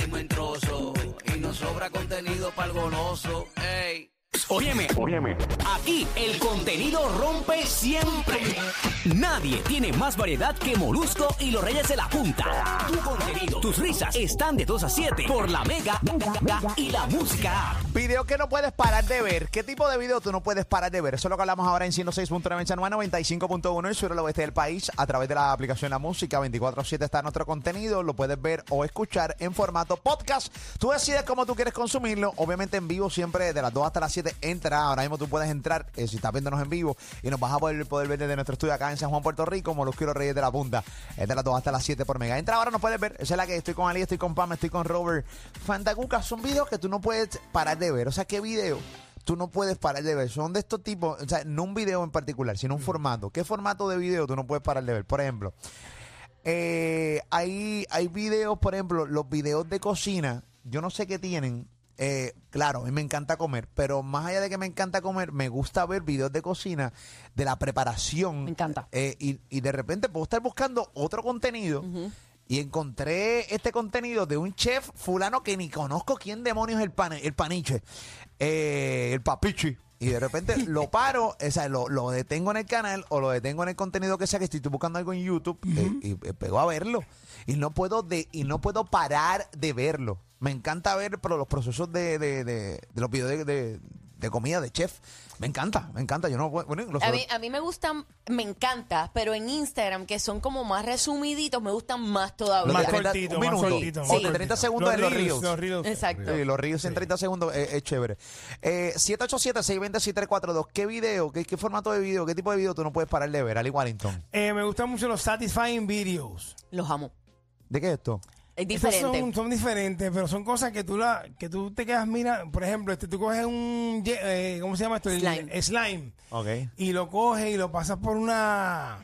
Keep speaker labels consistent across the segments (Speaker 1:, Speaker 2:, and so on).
Speaker 1: sabroso y nos sobra contenido para el goloso. Ey.
Speaker 2: Óyeme, óyeme. Aquí el contenido rompe siempre. Nadie tiene más variedad que Molusco y los Reyes de la Punta. Tu contenido, tus risas están de 2 a 7 por la Mega y la música.
Speaker 3: Video que no puedes parar de ver. ¿Qué tipo de video tú no puedes parar de ver? Eso es lo que hablamos ahora en 106.9 en San Juan, 95.1 en el sur del oeste del país. A través de la aplicación La Música 24-7 está nuestro contenido. Lo puedes ver o escuchar en formato podcast. Tú decides cómo tú quieres consumirlo. Obviamente en vivo siempre de las 2 hasta las 7 entra. Ahora mismo tú puedes entrar eh, si estás viéndonos en vivo y nos vas a poder, poder ver desde nuestro estudio acá en San Juan, Puerto Rico, Molusco y los Reyes de la Punta. Es de las 2 hasta las 7 por mega. Entra ahora, nos puedes ver. Esa es la que estoy con Ali, estoy con Pam, estoy con Robert. Fantacuca, son videos que tú no puedes parar de ver. O sea, ¿qué video? Tú no puedes parar de ver. Son de estos tipos, o sea, no un video en particular, sino un formato. ¿Qué formato de video tú no puedes parar de ver? Por ejemplo, eh, hay, hay videos, por ejemplo, los videos de cocina, yo no sé qué tienen. Eh, claro, a mí me encanta comer, pero más allá de que me encanta comer, me gusta ver videos de cocina, de la preparación.
Speaker 4: Me encanta.
Speaker 3: Eh, y, y de repente puedo estar buscando otro contenido y encontré este contenido de un chef fulano que ni conozco quién demonios es el, pan, el paniche, eh, el papichi. Y de repente lo paro, o sea, lo, lo detengo en el canal o lo detengo en el contenido que sea que estoy buscando algo en YouTube eh, y, eh, pego a verlo. Y no puedo de, y no puedo parar de verlo. Me encanta ver pro- los procesos de, de, de- de los videos de, de- de comida de chef. Me encanta, me encanta. Yo no puedo- bueno, los
Speaker 5: A
Speaker 3: otros-
Speaker 5: mí, a mí me gustan, me encanta, pero en Instagram, que son como más resumiditos, me gustan más todavía.
Speaker 3: Los
Speaker 6: Más
Speaker 3: de 30
Speaker 6: cortito,
Speaker 3: un
Speaker 6: más
Speaker 3: minuto.
Speaker 6: cortito, más
Speaker 3: O de
Speaker 6: cortito.
Speaker 3: 30 segundos en los reels.
Speaker 6: Los reels.
Speaker 5: Exacto.
Speaker 3: Sí, los ríos en 30 segundos es, es chévere. Eh, 787-620-6342. ¿Qué video, qué, qué formato de video, qué tipo de video tú no puedes parar de ver, Ali Warrington?
Speaker 6: Eh, me gustan mucho los satisfying videos.
Speaker 5: Los amo.
Speaker 3: ¿De qué es esto?
Speaker 5: Es
Speaker 6: Estos
Speaker 5: diferente.
Speaker 6: Son, son diferentes, pero son cosas que tú la, que tú te quedas mira, por ejemplo, este, tú coges un, ye- eh, ¿cómo se llama esto? El-
Speaker 5: Slime.
Speaker 6: el slime.
Speaker 3: Ok.
Speaker 6: y lo coges y lo pasas por una.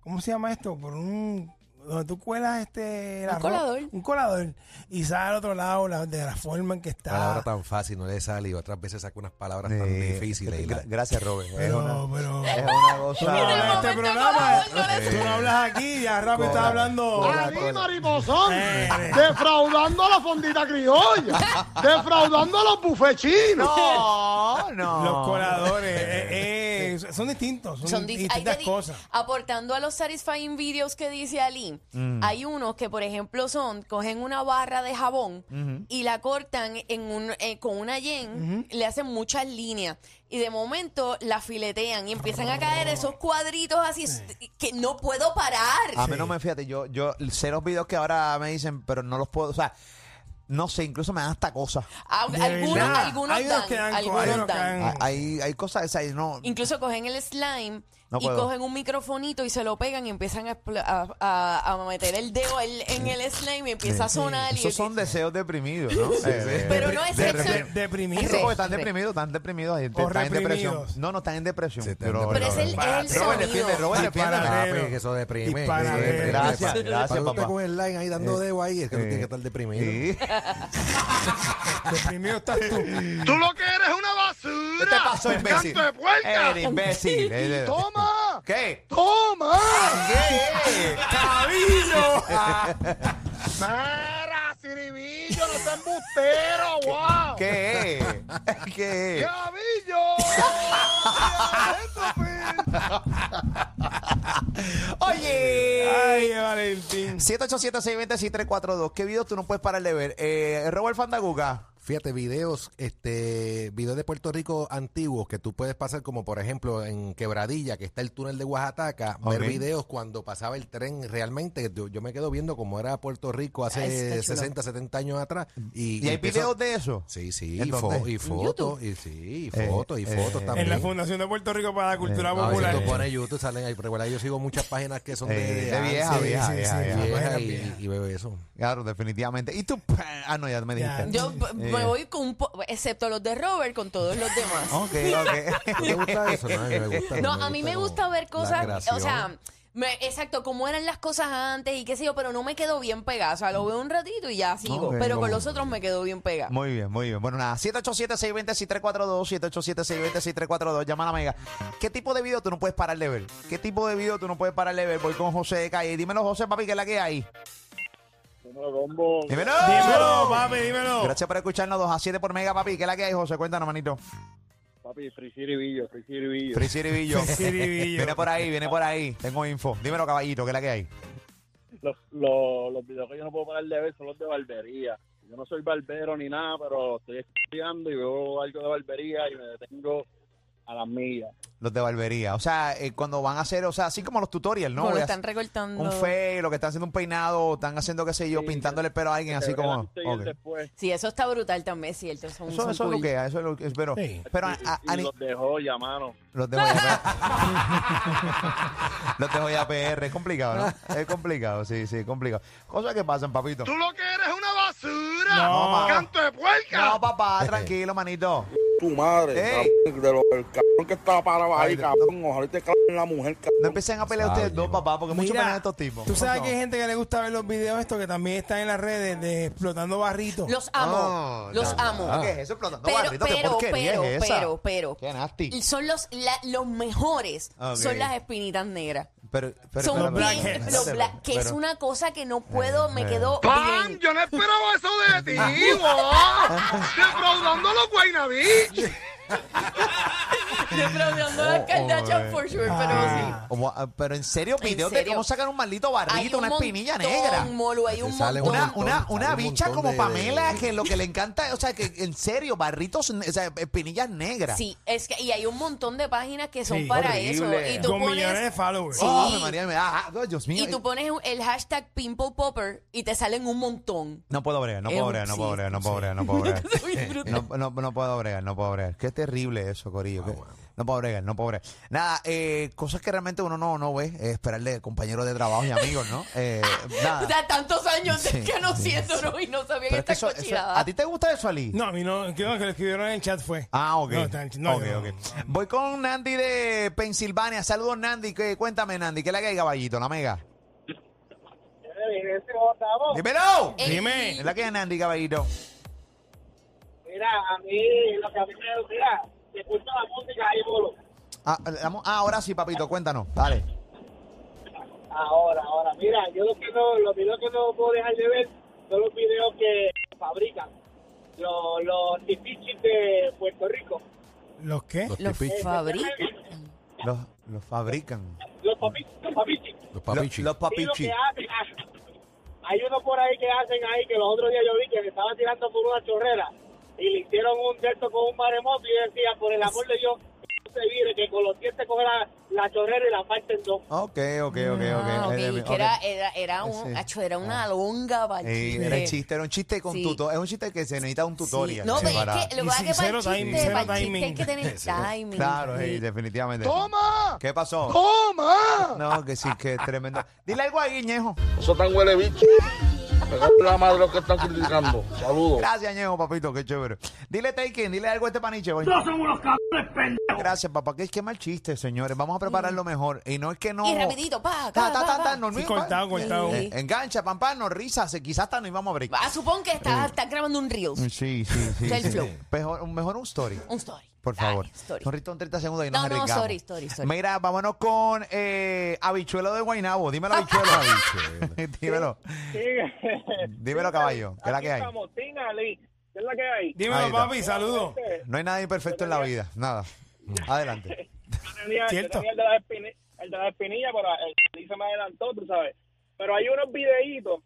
Speaker 6: ¿Cómo se llama esto? Por un. Donde tú cuelas este. la ro-
Speaker 5: colador.
Speaker 6: Un colador. Y sale al otro lado la- de la forma en que está.
Speaker 7: palabra tan fácil, no le sale y otras veces saca unas palabras tan
Speaker 3: Eh,
Speaker 7: difíciles. y
Speaker 3: gra-
Speaker 7: la-
Speaker 3: Gracias, Robert. Es
Speaker 6: Pero,
Speaker 3: una,
Speaker 6: pero.
Speaker 3: es una
Speaker 6: Tú no hablas en
Speaker 3: cosa.
Speaker 6: este programa.
Speaker 5: eh,
Speaker 6: Tú no hablas aquí, ya rápido estás
Speaker 3: Cola,
Speaker 6: hablando.
Speaker 3: cola,
Speaker 8: Aquí,
Speaker 3: cola.
Speaker 8: mariposón,
Speaker 6: Eh, eh.
Speaker 8: defraudando a la fondita criolla, defraudando a los bufechinos.
Speaker 3: No, no.
Speaker 6: Los coladores. eh, eh, son distintos. Son,
Speaker 5: Son dis- hay
Speaker 6: distintas
Speaker 5: de di-
Speaker 6: cosas.
Speaker 5: Aportando a los satisfying videos que dice Ali,
Speaker 6: Mm.
Speaker 5: hay unos que, por ejemplo, son, cogen una barra de jabón y la cortan en un, eh, con una yen, le hacen muchas líneas y de momento la filetean y empiezan a caer esos cuadritos así est- que no puedo parar.
Speaker 3: A mí no me fíjate, yo, yo sé los videos que ahora me dicen, pero no los puedo, o sea, no sé, incluso me dan hasta cosas.
Speaker 5: Ah,
Speaker 6: De
Speaker 5: algunos,
Speaker 6: verdad.
Speaker 5: algunos
Speaker 6: Hay unos
Speaker 5: dan,
Speaker 6: que dan,
Speaker 5: algunos
Speaker 6: hay unos que
Speaker 5: dan.
Speaker 6: dan.
Speaker 3: Ah, Hay, hay cosas, o sea, no.
Speaker 5: Mm. Incluso cogen el slime
Speaker 3: No
Speaker 5: y
Speaker 3: puedo.
Speaker 5: cogen un microfonito y se lo pegan y empiezan a, expl- a- a- a meter el dedo el- en el slime y empieza a sonar. y-
Speaker 3: Esos son deseos deprimidos, ¿no? Eh,
Speaker 5: Pero no es
Speaker 6: De-
Speaker 5: sexo.
Speaker 6: de- deprimido.
Speaker 5: Sí.
Speaker 3: Sí, porque están deprimidos, están deprimidos, están en
Speaker 6: reprimidos.
Speaker 3: depresión. No, no están en depresión.
Speaker 7: Sí, están en
Speaker 3: pero
Speaker 5: Pero es
Speaker 7: depresión.
Speaker 5: el, es el
Speaker 3: Robert,
Speaker 5: sonido.
Speaker 3: defiende, Robert,
Speaker 6: Disparate.
Speaker 3: defiende.
Speaker 7: Ah, pues, que eso deprime.
Speaker 6: Disparadero.
Speaker 7: que deprime.
Speaker 3: Gracias,
Speaker 7: Para-
Speaker 3: gracias,
Speaker 7: para tú
Speaker 3: papá. Eh,
Speaker 7: estar con el line ahí dando dedo ahí, es que tú tienes que estar deprimido.
Speaker 3: Sí.
Speaker 6: Deprimido estás tú.
Speaker 8: Tú lo que eres es una
Speaker 3: ¿Qué
Speaker 8: basura.
Speaker 3: te pasó, imbécil?
Speaker 8: ¡Canto de puerca!
Speaker 3: Eres imbécil. eres-
Speaker 8: ¡Toma!
Speaker 3: ¿Qué?
Speaker 8: ¡Toma!
Speaker 3: ¿Qué?
Speaker 8: ¡Mira, Ciribillo, no seas embustero, guau!
Speaker 3: ¿Qué? ¿Qué?
Speaker 8: ¡Cabillo!
Speaker 3: Oye.
Speaker 6: Ay, Valentín.
Speaker 3: 787-620-6342. ¿Qué videos tú no puedes parar de ver? Eh, Robert Fandaguga.
Speaker 7: Fíjate, videos, este, videos de Puerto Rico antiguos que tú puedes pasar, como por ejemplo en Quebradilla, que está el túnel de Oaxaca,
Speaker 3: Ok.
Speaker 7: ver videos cuando pasaba el tren realmente. Yo, yo me quedo viendo cómo era Puerto Rico
Speaker 5: Ah, está
Speaker 7: hace
Speaker 5: chulo.
Speaker 7: 60, 70 años atrás. Y,
Speaker 3: ¿Y, hay
Speaker 7: empiezo-
Speaker 3: videos de eso?
Speaker 7: Sí, sí,
Speaker 3: ¿En
Speaker 7: y, fo-
Speaker 3: dónde?
Speaker 7: y fotos, y sí, y fotos, y
Speaker 3: eh,
Speaker 7: fotos
Speaker 3: en
Speaker 7: también.
Speaker 6: En la Fundación de Puerto Rico para
Speaker 3: Eh,
Speaker 6: la Cultura
Speaker 7: Ah,
Speaker 6: Popular.
Speaker 7: Si tú pones YouTube, salen ahí. Pero bueno, yo sigo muchas páginas que son de,
Speaker 3: Eh, de
Speaker 7: ah,
Speaker 3: vieja,
Speaker 7: sí,
Speaker 3: vieja,
Speaker 7: sí,
Speaker 3: vieja,
Speaker 7: sí,
Speaker 3: vieja.
Speaker 6: Páginas
Speaker 7: y-
Speaker 6: viejas.
Speaker 7: y, bebe eso.
Speaker 3: Claro, definitivamente. ¿Y tú? Ah, no, ya me dijiste.
Speaker 5: Yo p- me voy con un po- excepto los de Robert, con todos los demás.
Speaker 3: Ok,
Speaker 7: ¿No
Speaker 3: ok.
Speaker 7: ¿Te gusta eso? No, a mí me gusta,
Speaker 5: No, a mí me gusta ver cosas, o sea,
Speaker 7: Yo
Speaker 5: me- exacto, como eran las cosas antes y qué sé yo, pero no me quedo bien pegada. O sea, lo veo un ratito y ya sigo.
Speaker 3: Ok,
Speaker 5: pero con
Speaker 3: como-
Speaker 5: los otros me quedo bien pegada.
Speaker 3: Muy bien, muy bien. Bueno, nada, 787-620-6342, 787-620-6342, llama a la mega. ¿Qué tipo de video tú no puedes parar de ver? ¿Qué tipo de video tú no puedes parar de ver? Voy con José de Calle. Dímelo, José, papi, ¿qué es la que hay?
Speaker 4: Dímelo, combo.
Speaker 3: ¡Dímelo!
Speaker 6: Dímelo, papi, dímelo.
Speaker 3: Gracias por escucharnos 2 a 7 por Mega, papi. ¿Qué es la que hay, José? Cuéntanos, manito.
Speaker 4: Papi, Free City Billo, Free City Billo.
Speaker 3: Free City Billo.
Speaker 6: Siribillo.
Speaker 3: Viene por ahí, viene por ahí. Tengo info. Dímelo, caballito, ¿qué es la que hay?
Speaker 4: Los, los, los videos que yo no puedo parar de ver son los de barbería. Yo no soy barbero ni nada, pero estoy estudiando y veo algo de barbería y me detengo a las millas.
Speaker 3: Los de barbería. O sea, eh, cuando van a hacer, o sea, así como los tutorials, ¿no?
Speaker 5: Como lo
Speaker 3: Voy a
Speaker 5: están
Speaker 3: hacer
Speaker 5: recortando.
Speaker 3: Un fake, lo que están haciendo un peinado, están haciendo, qué sé yo,
Speaker 4: Sí,
Speaker 3: pintándole el pelo a alguien, así
Speaker 4: Pero el
Speaker 3: como.
Speaker 4: antes y el
Speaker 3: ok.
Speaker 4: después.
Speaker 5: Sí, eso está brutal también, es cierto. Son,
Speaker 3: Eso,
Speaker 5: son
Speaker 3: eso es lo
Speaker 5: cool.
Speaker 3: que es, eso es lo que es, Pero,
Speaker 6: Sí.
Speaker 3: pero a- a-
Speaker 4: Y,
Speaker 3: ani-
Speaker 4: y los dejó ya, mano.
Speaker 3: los dejo ya. los dejo ya PR. Es complicado, ¿no? Es complicado, sí, sí, es complicado. Cosas que pasan, papito.
Speaker 8: Tú lo que eres es una basura.
Speaker 3: No, ma.
Speaker 8: Canto de puerca.
Speaker 3: No, papá, tranquilo, manito.
Speaker 9: tu madre,
Speaker 3: Ey.
Speaker 9: cabrón, de lo, el cabrón que está parado
Speaker 3: Ay,
Speaker 9: ahí,
Speaker 3: de-
Speaker 9: cabrón, ojalá y te claven la mujer, cabrón.
Speaker 3: No empiecen a pelear ustedes dos, papá, porque mucho
Speaker 6: Mira,
Speaker 3: menos estos tipos.
Speaker 6: Tú sabes que hay
Speaker 3: es?
Speaker 6: gente que le gusta ver los videos estos que también están en las redes de explotando barritos.
Speaker 5: Los amo.
Speaker 3: No,
Speaker 5: los
Speaker 3: no, Ah,
Speaker 5: amo.
Speaker 3: ¿Qué es eso? Explotando
Speaker 5: Pero,
Speaker 3: barrito, ¿qué
Speaker 5: pero,
Speaker 3: porquería
Speaker 5: pero,
Speaker 3: es esa?
Speaker 5: pero, pero.
Speaker 3: Qué nasty.
Speaker 5: Son los, la- los mejores,
Speaker 3: Ok.
Speaker 5: son las espinitas negras.
Speaker 3: Pero, pero, pero, pero,
Speaker 5: son bien-
Speaker 6: blackheads.
Speaker 5: los
Speaker 3: pero,
Speaker 5: black- que es
Speaker 3: pero-
Speaker 5: una cosa que no
Speaker 3: Eh,
Speaker 5: puedo, me quedó
Speaker 8: ¡Pam!
Speaker 5: bien.
Speaker 8: Yo no esperaba eso de ti, wow. Defraudando los guaynabí.
Speaker 5: Defraudando las
Speaker 3: Ah,
Speaker 5: Kardashian, for sure, pero sí.
Speaker 3: Como, ah, pero en serio,
Speaker 5: En
Speaker 3: videos de
Speaker 5: serio.
Speaker 3: cómo sacan un maldito
Speaker 5: Hay
Speaker 3: barrito,
Speaker 5: un
Speaker 3: una espinilla
Speaker 5: montón,
Speaker 3: negra.
Speaker 5: Molo, hay un
Speaker 7: Te sale
Speaker 5: montón.
Speaker 3: Una,
Speaker 7: montón,
Speaker 3: una,
Speaker 7: sale
Speaker 3: una
Speaker 7: un
Speaker 3: bicha
Speaker 7: montón
Speaker 3: como
Speaker 7: de-
Speaker 3: Pamela que lo que le encanta, o sea, que en serio, barritos, o sea, espinillas negras.
Speaker 5: Sí, es que y hay un montón de páginas que son
Speaker 6: Sí,
Speaker 5: para
Speaker 3: horrible.
Speaker 5: eso. Y tú
Speaker 6: con millones de
Speaker 5: pones,
Speaker 6: followers.
Speaker 5: Sí.
Speaker 3: Oh, Ave María, me da- ah, Dios mío.
Speaker 5: y tú pones el hashtag pimple popper y te salen un montón.
Speaker 3: No puedo bregar, no
Speaker 5: Eh,
Speaker 3: puedo bregar, no puedo
Speaker 5: sí,
Speaker 3: bregar, no puedo bregar, no puedo bregar. Eh,
Speaker 5: Bien brutal.
Speaker 3: No, no, no puedo bregar, no puedo bregar. Qué terrible eso, Corillo. qué- No puedo bregar, no puedo bregar. Nada, eh, cosas que realmente uno no, no ve, eh, esperarle compañeros de trabajo y amigos, ¿no? Eh, nada.
Speaker 5: O sea, tantos años
Speaker 3: Sí,
Speaker 5: que no
Speaker 3: sí,
Speaker 5: siento,
Speaker 3: sí.
Speaker 5: ¿no? Y no sabían
Speaker 3: Pero es que
Speaker 5: esta
Speaker 3: eso- eso- ¿A
Speaker 5: cochinada.
Speaker 3: ti te gusta eso, Ali?
Speaker 6: No, a mí no, creo que lo escribieron en el chat fue.
Speaker 3: Ah, ok.
Speaker 6: No, está en- no,
Speaker 3: Ok,
Speaker 6: no,
Speaker 3: ok.
Speaker 6: no.
Speaker 3: Voy con Nandi de Pensilvania. Saludos, Nandi. Que, cuéntame, Nandi, ¿qué es la que hay, caballito? La mega. ¡Dímelo!
Speaker 5: Ey,
Speaker 6: Dime.
Speaker 3: Es la que hay, Nandi, caballito.
Speaker 4: Mira, a mí, lo que a mí me mira, te escucho la música ahí, bolo.
Speaker 3: Ah, vamos- ah, ahora sí, papito, cuéntanos. Dale.
Speaker 4: Ahora, ahora, mira, yo lo que no, los videos que no puedo dejar de ver son los videos que fabrican los, los tipichis de Puerto Rico.
Speaker 6: ¿Los qué?
Speaker 7: Los,
Speaker 5: Los
Speaker 7: tipichis,
Speaker 5: fabrican.
Speaker 3: Los, los fabrican.
Speaker 4: Los papichis, los papichis.
Speaker 7: los
Speaker 3: Los-
Speaker 7: papichis.
Speaker 3: Los
Speaker 4: Sí, lo
Speaker 3: papichi.
Speaker 4: que hacen, ah, hay uno por ahí que hacen ahí que los otros días yo vi que le estaban tirando por una chorrera y le hicieron un texto con un maremoto y yo decía, por el amor de Dios, no se vire, que con los dientes coge la, la chorrera y la parte en dos.
Speaker 3: Ok, ok, ok, ok.
Speaker 5: Ah, ok,
Speaker 3: Eh,
Speaker 5: que
Speaker 3: ok.
Speaker 5: Era, era, era, un,
Speaker 3: Sí.
Speaker 5: acho, era una longa para
Speaker 3: Eh, era un chiste, era un chiste con
Speaker 5: Sí.
Speaker 3: tuto. Es un chiste que se necesita un tutorial.
Speaker 5: No,
Speaker 3: eh,
Speaker 5: pero
Speaker 3: para-
Speaker 5: es que lo
Speaker 6: Y
Speaker 5: que pasa es que para el
Speaker 6: cero
Speaker 5: chiste,
Speaker 6: timing,
Speaker 5: para el
Speaker 6: cero
Speaker 5: chiste hay
Speaker 6: timing.
Speaker 5: que tener timing.
Speaker 3: Claro,
Speaker 5: sí.
Speaker 3: sí, definitivamente.
Speaker 8: ¡Toma!
Speaker 3: ¿Qué pasó?
Speaker 8: ¡Toma!
Speaker 3: No, que sí, que es tremendo. Dile algo a Guiñejo.
Speaker 9: Eso tan huele bicho. Me cago en la madre lo que están criticando. Saludos.
Speaker 3: Gracias, Ñejo, papito, qué chévere. Dile, Taken, dile algo a este paniche. güey. Gracias, papá, que es que mal chiste, señores. Vamos a prepararlo mejor. Y no es que no...
Speaker 5: Y rapidito, pa,
Speaker 3: Ta,
Speaker 5: pa,
Speaker 3: ta,
Speaker 5: pa,
Speaker 3: ta,
Speaker 5: pa.
Speaker 3: ta, no,
Speaker 6: Sí,
Speaker 3: no,
Speaker 6: cortado,
Speaker 3: eh,
Speaker 6: cortado.
Speaker 3: eh, Engancha, pam, pam, nos risas. eh, Quizás hasta no íbamos a break.
Speaker 5: Ah, supón que estás, estás grabando un Reels,
Speaker 3: Sí, sí, sí.
Speaker 5: Del
Speaker 3: sí.
Speaker 5: flow.
Speaker 3: Mejor, un- mejor un story.
Speaker 5: un story.
Speaker 3: Por favor.
Speaker 5: Dale, story.
Speaker 3: Son ritos en 30 segundos y
Speaker 5: No,
Speaker 3: nos
Speaker 5: no,
Speaker 3: arriesgamos.
Speaker 5: sorry, sorry, sorry.
Speaker 3: Mira, vámonos con eh, Habichuelo de Guainabo. Dímelo, Habichuelo. Dímelo. Dímelo, caballo. ¿Qué es la que hay?
Speaker 4: es la que hay? Este,
Speaker 3: Ahí
Speaker 6: Dímelo,
Speaker 3: está.
Speaker 6: papi, saludos.
Speaker 3: No hay nada imperfecto en la vida. Nada. Adelante.
Speaker 4: Yo tenía, yo
Speaker 6: ¿Cierto?
Speaker 4: tenía el, de las espini- el de las espinillas, pero el que se me adelantó, tú sabes. Pero hay unos videitos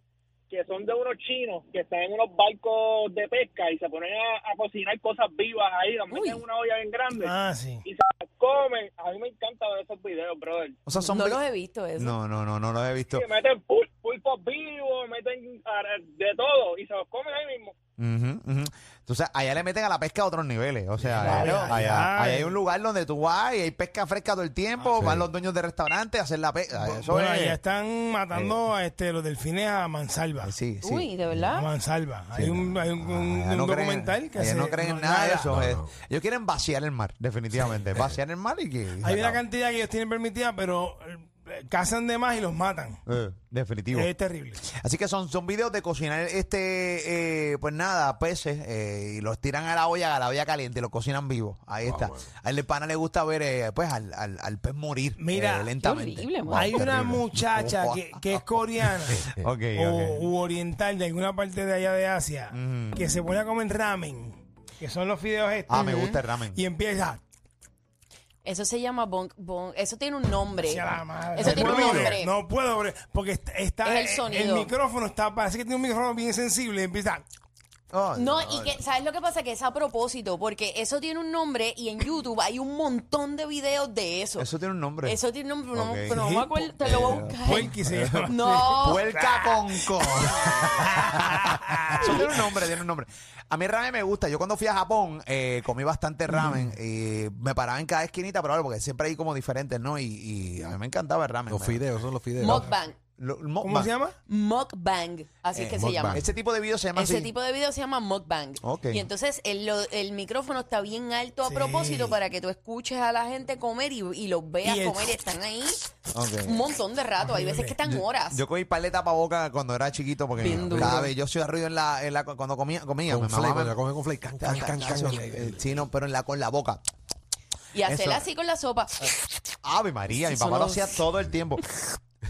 Speaker 4: que son de unos chinos que están en unos barcos de pesca y se ponen a, a cocinar cosas vivas ahí, las meten en una olla bien grande
Speaker 6: Ah, sí.
Speaker 4: y se las comen. A mí me encanta ver esos videos, brother.
Speaker 3: O sea, son
Speaker 5: No
Speaker 3: vi-
Speaker 5: los he visto eso.
Speaker 3: No, no, no, no los he visto.
Speaker 4: Que meten pul- pulpos vivos, meten ah, de todo y se los comen ahí mismo.
Speaker 3: Ujú, ujú. Entonces, allá le meten a la pesca a otros niveles. O sea, allá, allá- allá hay un lugar donde tú vas y hay pesca fresca todo el tiempo. van los dueños de restaurantes a hacer la pesca. Eso
Speaker 6: Ah, bueno,
Speaker 3: es.
Speaker 6: ya están matando a este, los delfines a Mansalva.
Speaker 3: Sí, sí.
Speaker 5: Uy, ¿de
Speaker 6: A
Speaker 5: verdad?
Speaker 6: Mansalva. hay un, hay un, un-
Speaker 3: Allá
Speaker 6: un
Speaker 3: no creen-
Speaker 6: documental que
Speaker 3: allá
Speaker 6: se-
Speaker 3: no creen en nada de eso.
Speaker 6: nada.
Speaker 3: eh. Ellos quieren vaciar el mar, definitivamente. Vaciar el mar y que.
Speaker 6: Hay una
Speaker 3: acabó.
Speaker 6: cantidad que ellos tienen permitida, pero eh, eh, cazan de más y los matan.
Speaker 3: Eh, definitivo.
Speaker 6: Es terrible.
Speaker 3: Así que son, son videos de cocinar este, eh, pues nada, peces eh, y los tiran a la olla, a la olla caliente y los cocinan vivos. Ahí está. A él el pana le gusta ver eh, pues al, al, al pez morir
Speaker 6: Mira,
Speaker 3: eh, lentamente.
Speaker 5: qué horrible,
Speaker 3: Wow,
Speaker 6: Hay una
Speaker 3: terrible.
Speaker 6: muchacha que, que es coreana
Speaker 3: Ok,
Speaker 6: o,
Speaker 3: ok.
Speaker 6: u oriental de alguna parte de allá de Asia
Speaker 3: Mm.
Speaker 6: que se pone a comer ramen, que son los fideos estos,
Speaker 3: Ah, me gusta el ramen.
Speaker 6: y empieza.
Speaker 5: Eso se llama bong, bong. Eso tiene un nombre.
Speaker 6: "Hacia la madre".
Speaker 5: Eso
Speaker 6: No
Speaker 5: tiene un
Speaker 6: puedo,
Speaker 5: nombre.
Speaker 6: No puedo, bre- porque está, está-
Speaker 5: Es el sonido.
Speaker 6: micrófono está, parece que tiene un micrófono bien sensible, y empieza.
Speaker 3: Oh,
Speaker 5: No, y que, ¿sabes lo que pasa? Que es a propósito, porque eso tiene un nombre y en YouTube hay un montón de videos de eso.
Speaker 3: Eso tiene un nombre.
Speaker 5: Eso tiene un nombre, no,
Speaker 3: Ok.
Speaker 5: pero no me acuerdo, te lo voy a buscar.
Speaker 6: Puerqui se llama.
Speaker 5: No,
Speaker 3: Puerca con co. Eso tiene un nombre, tiene un nombre. A mí el ramen me gusta. Yo cuando fui a Japón eh, comí bastante
Speaker 7: Mm.
Speaker 3: ramen. eh, me paraba en cada esquinita, pero porque siempre hay como diferentes, ¿no? Y, y a mí me encantaba el ramen.
Speaker 7: Los
Speaker 3: Me-
Speaker 7: fideos son los fideos.
Speaker 5: mukbang.
Speaker 3: Lo- el
Speaker 6: ¿Cómo
Speaker 3: mukbang.
Speaker 6: se llama?
Speaker 5: Mukbang, así es que se
Speaker 7: mukbang.
Speaker 5: llama.
Speaker 3: Eh, Ese tipo de video se llama
Speaker 5: Ese
Speaker 3: así.
Speaker 5: tipo de video se llama mukbang.
Speaker 3: Ok.
Speaker 5: Y entonces el, lo- el micrófono está bien alto a
Speaker 6: Sí.
Speaker 5: propósito para que tú escuches a la gente comer y, y los veas
Speaker 6: Y el-
Speaker 5: comer. Están ahí
Speaker 3: Ok.
Speaker 5: un montón de rato. Hay veces que están horas.
Speaker 3: Yo comí paleta para boca cuando era chiquito porque
Speaker 5: Bien duro.
Speaker 3: cada vez yo hacía ruido en la, en la- cuando comía, comía
Speaker 7: Con
Speaker 3: me
Speaker 7: flake,
Speaker 3: mamaba-
Speaker 7: cuando la comes con flake, can, can, can, can, can.
Speaker 3: Eh, sí, no, pero en la con la boca.
Speaker 5: y hacer
Speaker 3: eso- Eh,
Speaker 5: así con la sopa.
Speaker 3: Ave María, mi
Speaker 5: Eso
Speaker 3: papá
Speaker 5: no-
Speaker 3: lo hacía todo el tiempo.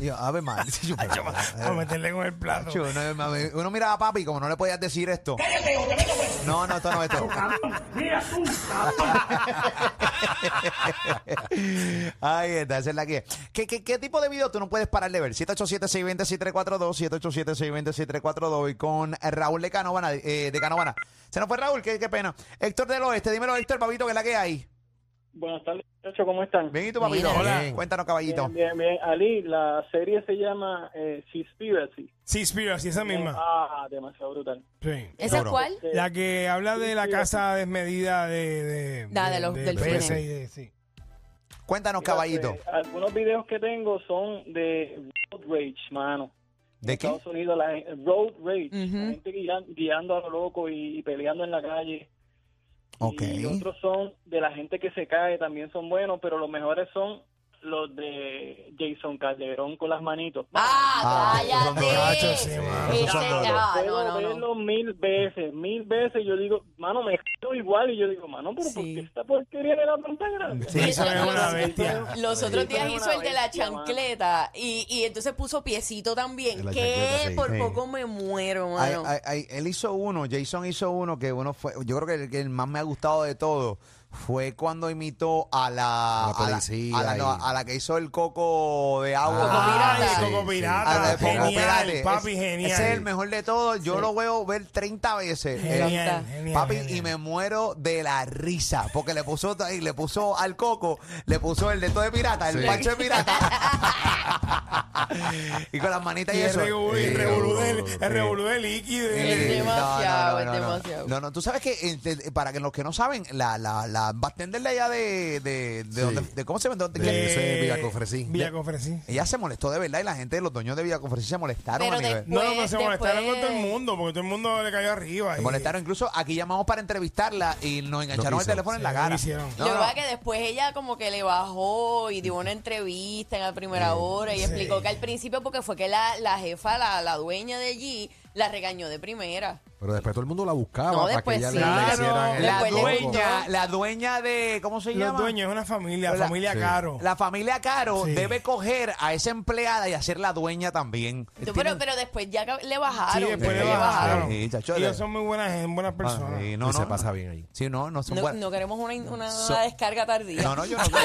Speaker 3: Y yo, Ave María. Yo,
Speaker 6: A meterle con el plato.
Speaker 3: Acho, uno, uno miraba a papi y como no le podías decir esto. No, no, esto no, esto. Ahí está, esa es la que. ¿Qué, qué, qué tipo de video tú no puedes parar de ver? 787-620-6342, 787-620-6342 y con Raúl de Canovana. eh, de Canóvana. Se nos fue Raúl, qué, qué pena. Héctor del Oeste, dímelo Héctor, papito, que es la que hay.
Speaker 4: Buenas tardes, muchachos, ¿cómo están?
Speaker 3: Bien, ¿y tú, papito?
Speaker 5: Mira.
Speaker 3: Hola.
Speaker 7: Bien.
Speaker 3: Cuéntanos, caballito.
Speaker 4: Bien, bien, bien. Ali, la serie se llama eh, Seaspiracy.
Speaker 6: Sí, Spears, esa misma.
Speaker 4: Ah, demasiado brutal. Eh,
Speaker 6: Sí.
Speaker 5: ¿Esa
Speaker 3: Duro.
Speaker 5: cuál?
Speaker 6: La que habla de la casa desmedida de... de,
Speaker 5: Da, de los delfines.
Speaker 6: peces y de- sí.
Speaker 3: Cuéntanos, caballito.
Speaker 4: Fíjate, algunos videos que tengo son de road rage, mano.
Speaker 3: ¿De
Speaker 4: En
Speaker 3: qué?
Speaker 4: Estados Unidos, la gen- road rage, la
Speaker 5: Ujú.
Speaker 4: gente guian- guiando a lo loco y, y peleando en la calle.
Speaker 3: Ok.
Speaker 4: Y otros son de la gente que se cae, también son buenos, pero los mejores son los de Jason Calderón con las manitos.
Speaker 5: Ah,
Speaker 3: Ah, esos son
Speaker 5: cállate.
Speaker 3: borrachos,
Speaker 6: sí,
Speaker 5: Ese-
Speaker 6: mano,
Speaker 3: esos son duros.
Speaker 5: ah,
Speaker 4: Puedo
Speaker 5: no, no, no.
Speaker 4: verlo mil veces, mil veces. Yo digo, mano, me quedo igual. Y yo digo, mano, pero ¿por
Speaker 5: Sí.
Speaker 4: qué esta porquería de la pantalla?
Speaker 3: Sí,
Speaker 6: eso es una bestia.
Speaker 5: Los otros días
Speaker 4: es
Speaker 5: hizo
Speaker 4: una
Speaker 5: el de la
Speaker 4: bestia, mano.
Speaker 5: chancleta y, y entonces puso piecito también.
Speaker 7: De la chancleta,
Speaker 5: Que
Speaker 7: sí.
Speaker 5: por
Speaker 3: Sí.
Speaker 5: poco me muero,
Speaker 3: Ay,
Speaker 5: mano.
Speaker 3: ay, ay, él hizo uno, Jason hizo uno que uno fue, yo creo que el que el más me ha gustado de todo fue cuando imitó a la
Speaker 7: A la policía
Speaker 3: a la, a la- no,
Speaker 7: y-
Speaker 3: a la que hizo el coco de agua.
Speaker 7: Coco
Speaker 6: Ah,
Speaker 5: pirata.
Speaker 6: el
Speaker 7: Sí,
Speaker 6: Coco
Speaker 7: sí.
Speaker 3: A la
Speaker 6: Pirata.
Speaker 3: Ah, de Coco
Speaker 6: Genial,
Speaker 3: Pirate.
Speaker 6: papi,
Speaker 3: Es-
Speaker 6: genial.
Speaker 3: Ese es el mejor de todos. Yo lo veo ver 30 veces.
Speaker 6: Genial,
Speaker 3: Eh,
Speaker 6: genial,
Speaker 3: papi,
Speaker 6: genial.
Speaker 3: y me muero de la risa. Porque le puso y le puso al coco, le puso el de todo de pirata, el
Speaker 7: Sí.
Speaker 3: macho de pirata. y con las manitas y,
Speaker 6: Y el
Speaker 3: eso.
Speaker 6: revolú-
Speaker 7: Sí,
Speaker 6: el revolú del-
Speaker 7: sí.
Speaker 6: el revolú del líquido.
Speaker 5: Es
Speaker 3: Eh, no, no,
Speaker 5: demasiado,
Speaker 3: no,
Speaker 5: es
Speaker 3: no, no.
Speaker 5: demasiado.
Speaker 3: No, no, tú sabes que, eh, te- para que los que no saben, la, la, la bartender de allá de, de, de, donde- de- ¿cómo se llama? ¿Dónde-
Speaker 7: De-
Speaker 3: que-
Speaker 7: Ese es Villacofresí.
Speaker 6: Eh, Villacofresí.
Speaker 3: Ella se molestó de verdad y la gente, los dueños de Villacofresí se molestaron
Speaker 5: Pero
Speaker 3: a nivel.
Speaker 5: de-
Speaker 6: No, no,
Speaker 5: Pues,
Speaker 6: no, se molestaron
Speaker 5: después-
Speaker 6: con todo el mundo, porque todo el mundo le cayó arriba.
Speaker 3: Se
Speaker 6: y-
Speaker 3: molestaron incluso, aquí llamamos para entrevistarla y nos engancharon el
Speaker 7: quiso.
Speaker 3: teléfono en la
Speaker 6: Sí,
Speaker 3: cara.
Speaker 6: hicieron.
Speaker 3: No,
Speaker 5: lo que
Speaker 3: no.
Speaker 5: pasa es que después ella como que le bajó y dio una entrevista en la primera hora y explicó que al principio porque fue que la, la jefa, la, la dueña de allí, la regañó de primera.
Speaker 7: Pero después todo el mundo la buscaba
Speaker 5: No,
Speaker 7: para que
Speaker 5: después
Speaker 7: ella
Speaker 5: sí.
Speaker 7: le- le,
Speaker 5: Claro,
Speaker 7: hicieran el
Speaker 5: la
Speaker 7: loco.
Speaker 3: dueña, la dueña de, ¿cómo se
Speaker 6: Los
Speaker 3: llama?
Speaker 6: dueños es una familia,
Speaker 3: La-
Speaker 6: familia
Speaker 7: sí.
Speaker 6: caro.
Speaker 3: La familia Caro
Speaker 6: Sí.
Speaker 3: debe coger a esa empleada y hacerla dueña también.
Speaker 5: Tú,
Speaker 3: Tienen-
Speaker 5: pero, pero después ya ca- le
Speaker 6: Sí,
Speaker 5: bajaron.
Speaker 6: después
Speaker 3: Sí,
Speaker 6: le bajaron.
Speaker 3: sí, chacho,
Speaker 6: Ellos
Speaker 3: de-
Speaker 6: son muy buenas, gen- buenas personas.
Speaker 3: Ah, sí,
Speaker 7: Y se pasa bien ahí.
Speaker 3: Sí, no, no son
Speaker 5: No,
Speaker 3: buenas.
Speaker 5: no queremos una, in- una,
Speaker 3: So-
Speaker 5: una descarga tardía.
Speaker 3: No, no, yo no, yo no,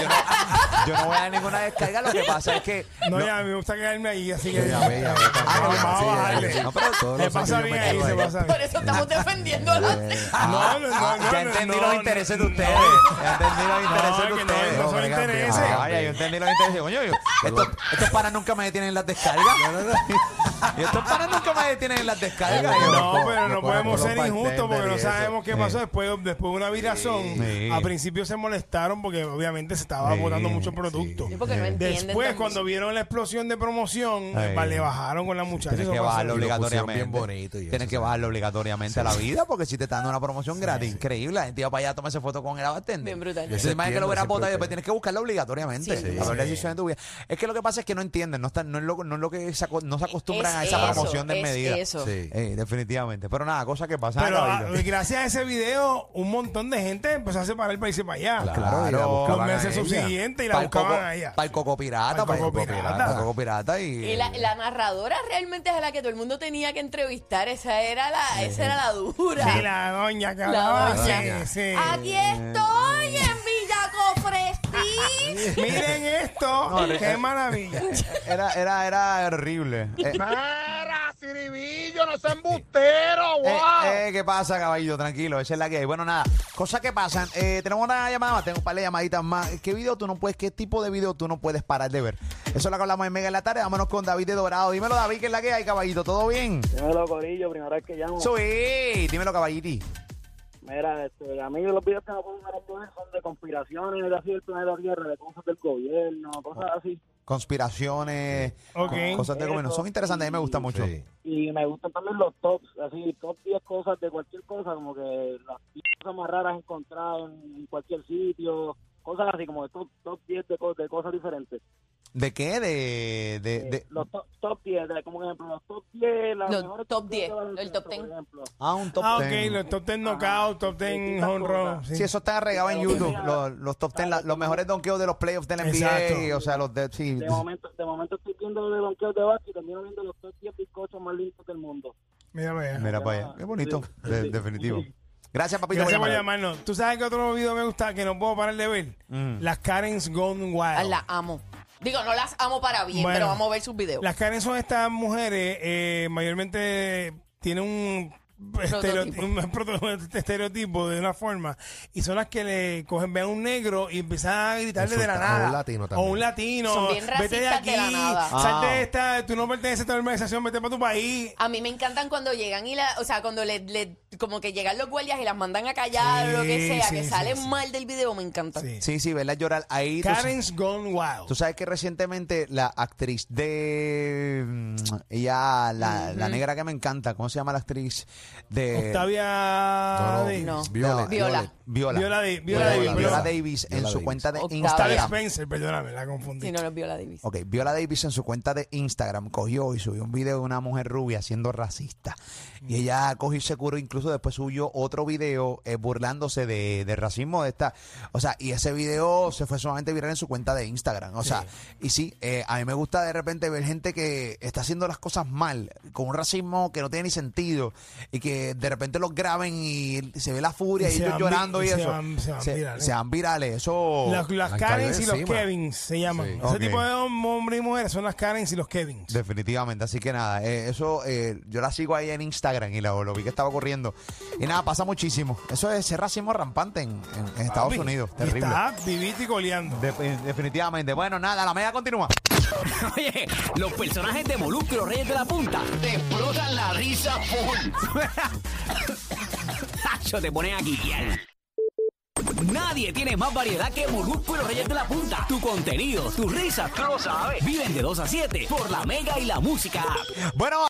Speaker 3: yo no voy a dar ninguna descarga. Lo que pasa es que.
Speaker 6: No,
Speaker 3: no-
Speaker 6: ya, me gusta quedarme ahí, así que.
Speaker 7: Ella ve, ella ve,
Speaker 6: Ah, no,
Speaker 7: sí,
Speaker 6: vamos a
Speaker 7: ella ve.
Speaker 6: bajarle.
Speaker 7: No, pero todos
Speaker 6: Se
Speaker 7: los años
Speaker 6: pasa
Speaker 7: yo
Speaker 6: bien
Speaker 7: me
Speaker 6: ahí,
Speaker 7: quedo
Speaker 6: se pasa
Speaker 5: Por
Speaker 6: bien.
Speaker 5: eso estamos defendiendo a la
Speaker 6: No, no,
Speaker 3: Ah,
Speaker 6: no, no,
Speaker 3: ya entendí
Speaker 6: no,
Speaker 3: los
Speaker 6: no,
Speaker 3: intereses
Speaker 6: no.
Speaker 3: de ustedes. Ya entendí los intereses
Speaker 6: No,
Speaker 3: de
Speaker 6: que no,
Speaker 3: ustedes.
Speaker 6: no son
Speaker 3: bregan,
Speaker 6: intereses.
Speaker 3: Ay, ay, yo entendí los intereses. Coño, yo- estos, estos panas nunca me detienen las descargas. Y estos panas nunca me detienen en las descargas. yo.
Speaker 6: No,
Speaker 7: con-
Speaker 6: pero
Speaker 7: con-
Speaker 6: no podemos
Speaker 7: con
Speaker 6: ser
Speaker 7: los
Speaker 6: injustos porque no
Speaker 7: bartenders y
Speaker 6: sabemos
Speaker 7: eso.
Speaker 6: qué
Speaker 7: Sí.
Speaker 6: pasó después, después de una virazón.
Speaker 3: Sí.
Speaker 6: A principio se molestaron porque obviamente se estaba
Speaker 7: Sí,
Speaker 6: botando mucho producto.
Speaker 5: Sí, porque no entienden
Speaker 6: Después,
Speaker 5: también.
Speaker 6: cuando vieron la explosión de promoción,
Speaker 3: Ay.
Speaker 6: eh, le bajaron con la muchacha.
Speaker 3: Tienes
Speaker 6: eso
Speaker 3: que
Speaker 6: pasó.
Speaker 3: bajarlo
Speaker 7: Y lo pusieron
Speaker 3: obligatoriamente.
Speaker 7: bien bonito y eso,
Speaker 3: Tienes que
Speaker 7: ¿sabes?
Speaker 3: bajarlo obligatoriamente a la vida porque si te están dando una promoción gratis, increíble. La gente iba para allá a tomarse foto con el abatente.
Speaker 5: Bien brutal.
Speaker 7: Yo
Speaker 3: Se imagina que
Speaker 7: entiendo,
Speaker 3: lo hubieras
Speaker 7: siempre
Speaker 3: votado y después
Speaker 7: fue.
Speaker 3: tienes que buscarlo obligatoriamente.
Speaker 5: Sí.
Speaker 3: la peor decisión de tu vida. Es que lo que pasa es que no entienden, no, están, no, es, lo, no es lo que se, aco- no se acostumbran
Speaker 5: Es
Speaker 3: a esa
Speaker 5: eso,
Speaker 3: promoción de
Speaker 5: es
Speaker 3: medida.
Speaker 5: eso.
Speaker 7: Sí.
Speaker 3: Eh, definitivamente. Pero nada, cosas que pasan.
Speaker 6: Pero
Speaker 3: en la
Speaker 6: ah,
Speaker 3: vida.
Speaker 6: gracias a ese video, un montón de gente empezó a separar para irse para allá.
Speaker 7: Claro, y la
Speaker 3: Claro.
Speaker 6: Los
Speaker 7: buscaban a
Speaker 6: meses
Speaker 7: ella.
Speaker 6: subsiguientes y la
Speaker 3: Pa'l coco-
Speaker 6: buscaban a ella.
Speaker 3: pa'l coco pirata,
Speaker 6: Pa'l
Speaker 3: pa'l
Speaker 6: coco
Speaker 3: coco
Speaker 6: pirata.
Speaker 3: pirata. Pa'l coco pirata y.
Speaker 5: Y la, la narradora realmente es a la que todo el mundo tenía que entrevistar. Esa era la, esa era la dura.
Speaker 6: Sí, la doña que
Speaker 5: La
Speaker 6: hablaba.
Speaker 5: doña.
Speaker 6: Sí, sí.
Speaker 5: Aquí estoy
Speaker 6: eh.
Speaker 5: en Villa Cofresí.
Speaker 6: Miren esto, qué
Speaker 7: eh.
Speaker 6: maravilla.
Speaker 3: Era, era, era horrible. Eh,
Speaker 8: Mira, Ciribillo, no seas embustero,
Speaker 3: Eh,
Speaker 8: guau.
Speaker 3: eh, ¿Qué pasa, caballo? Tranquilo, esa es la que hay. Bueno, nada, cosas que pasan. Eh, tenemos una llamada más, tengo un par de llamaditas más. ¿Qué video tú no puedes, qué tipo de video tú no puedes parar de ver? Eso es lo que hablamos en Mega en la tarde. Vámonos con David de Dorado. Dímelo, David, ¿qué es la que hay, caballito? ¿Todo bien?
Speaker 4: Dímelo, Corillo, primera vez que llamo.
Speaker 3: Oh. Subí, dímelo, caballito.
Speaker 4: Mira, este, a mí los videos que me ponen a responder son de conspiraciones, de así del planeta Tierra, de cosas del gobierno, cosas así.
Speaker 3: Conspiraciones,
Speaker 6: Ok.
Speaker 3: co- cosas de gobierno. Son interesantes, a mí me gusta mucho.
Speaker 7: Sí.
Speaker 4: Y me gustan también los tops, así, top 10 cosas de cualquier cosa, como que las 10 cosas más raras encontradas en cualquier sitio, cosas así, como de top, top 10 de, co- de cosas diferentes.
Speaker 3: ¿De qué? De, de,
Speaker 4: Eh,
Speaker 3: de-
Speaker 4: Los top, top 10, de- como por ejemplo, los top 10, las
Speaker 5: Los
Speaker 4: mejores
Speaker 5: top
Speaker 4: películas
Speaker 5: 10,
Speaker 4: de
Speaker 5: el
Speaker 4: baloncesto,
Speaker 5: top 10.
Speaker 4: por ejemplo.
Speaker 3: Ah, un top
Speaker 6: Ah, ok,
Speaker 3: 10.
Speaker 6: los top 10
Speaker 4: Ajá.
Speaker 6: knockout, top 10
Speaker 4: Distintas
Speaker 6: home run.
Speaker 4: cosas.
Speaker 3: Sí, eso está regado en
Speaker 4: Pero
Speaker 3: YouTube.
Speaker 4: mira,
Speaker 3: Los, los top 10, la- los mejores donkeos de los playoffs del NBA.
Speaker 6: Exacto.
Speaker 3: O sea, los de. Sí.
Speaker 4: De momento, de momento estoy viendo de donkeos de básquet y termino viendo los top 10 bizcochos más lindos del mundo.
Speaker 6: Mira, vea.
Speaker 3: Mira para allá. Qué bonito. De- definitivo. Gracias, papito.
Speaker 6: Gracias
Speaker 3: por
Speaker 6: por
Speaker 3: llamar.
Speaker 6: llamarnos. ¿Tú sabes que otro video me gusta que no puedo parar de ver?
Speaker 3: Mm.
Speaker 6: Las Karens Gone
Speaker 5: Ah,
Speaker 6: Wild.
Speaker 5: Las amo. Digo, no las amo para bien,
Speaker 6: Bueno.
Speaker 5: pero vamos a ver sus videos.
Speaker 6: Las Karen son estas mujeres, eh, mayormente tienen un estereotipo,
Speaker 5: Prototipo.
Speaker 6: un proto- este estereotipo de una forma y son las que le cogen ven a un negro y empiezan a gritarle de la
Speaker 7: Insulta- a
Speaker 6: nada
Speaker 7: un latino
Speaker 6: o
Speaker 7: también.
Speaker 6: un latino
Speaker 5: Son bien
Speaker 6: vete de
Speaker 5: racistas
Speaker 6: aquí
Speaker 5: de la nada.
Speaker 6: salte
Speaker 3: Ah.
Speaker 6: de esta tú no perteneces a esta organización vete para tu país
Speaker 5: A mí me encantan cuando llegan y la, o sea, cuando le, le- como que llegan los guardias y las mandan a callar o lo que
Speaker 6: Sí,
Speaker 5: sea,
Speaker 6: sí,
Speaker 5: que
Speaker 6: sí,
Speaker 5: salen
Speaker 6: sí.
Speaker 5: mal del video, me encanta.
Speaker 6: Sí.
Speaker 3: Sí, sí, ¿verdad? Llorar. Ahí. tú-
Speaker 6: Karen's Gone Wild
Speaker 3: Tú sabes que recientemente la actriz de. mm, Ella, la, la negra que me encanta, ¿cómo se llama la actriz? De.
Speaker 6: Octavia Davis.
Speaker 5: No.
Speaker 7: Viola.
Speaker 5: Viola.
Speaker 3: Viola.
Speaker 6: Viola Davis, Viola
Speaker 3: Viola,
Speaker 6: Davis,
Speaker 3: Viola
Speaker 6: Viola.
Speaker 3: Davis en
Speaker 7: Viola
Speaker 3: su
Speaker 7: Davis.
Speaker 3: cuenta de
Speaker 5: Octavia.
Speaker 6: Octavia
Speaker 3: Instagram.
Speaker 6: Spencer perdóname la confundí
Speaker 5: Si no los vio la divisa.
Speaker 3: Ok, Viola Davis en su cuenta de Instagram cogió y subió un video de una mujer rubia siendo racista. Y
Speaker 6: Mm.
Speaker 3: ella cogió y se curó, incluso después subió otro video eh, burlándose de, de racismo de esta. O sea, y ese video se fue sumamente viral en su cuenta de Instagram. O sea, y sí, eh, a mí me gusta de repente ver gente que está haciendo las cosas mal, con un racismo que no tiene ni sentido, y que de repente los graben y se ve la furia
Speaker 6: Y
Speaker 3: y,
Speaker 6: se
Speaker 3: ellos
Speaker 6: van vi-
Speaker 3: llorando y,
Speaker 6: y se
Speaker 3: eso.
Speaker 6: van- se van virales.
Speaker 3: se van virales. Eso.
Speaker 6: Las, las
Speaker 7: Las
Speaker 6: Karens y los
Speaker 7: encima.
Speaker 6: Kevins se llaman.
Speaker 7: Sí.
Speaker 6: Ese
Speaker 3: Ok.
Speaker 6: tipo de hom- hombres y mujeres son las Karens y los Kevins.
Speaker 3: Definitivamente, así que nada, eh, eso eh, yo la sigo ahí en Instagram y la, lo vi que estaba corriendo. Y nada, pasa muchísimo. Eso es ese racismo rampante en, en- en Estados
Speaker 6: Papi,
Speaker 3: Unidos, terrible.
Speaker 6: Está vivito y coleando.
Speaker 3: De- definitivamente. Bueno, nada, la media continúa.
Speaker 2: Oye, los personajes de Molusco y los Reyes de la Punta te explotan la risa full. Yo te ponen aquí. Nadie tiene más variedad que Molusco y los Reyes de la Punta. Tu contenido, tus risas, tú lo sabes. Viven de 2 a 7 por la Mega y la Música.
Speaker 3: Bueno,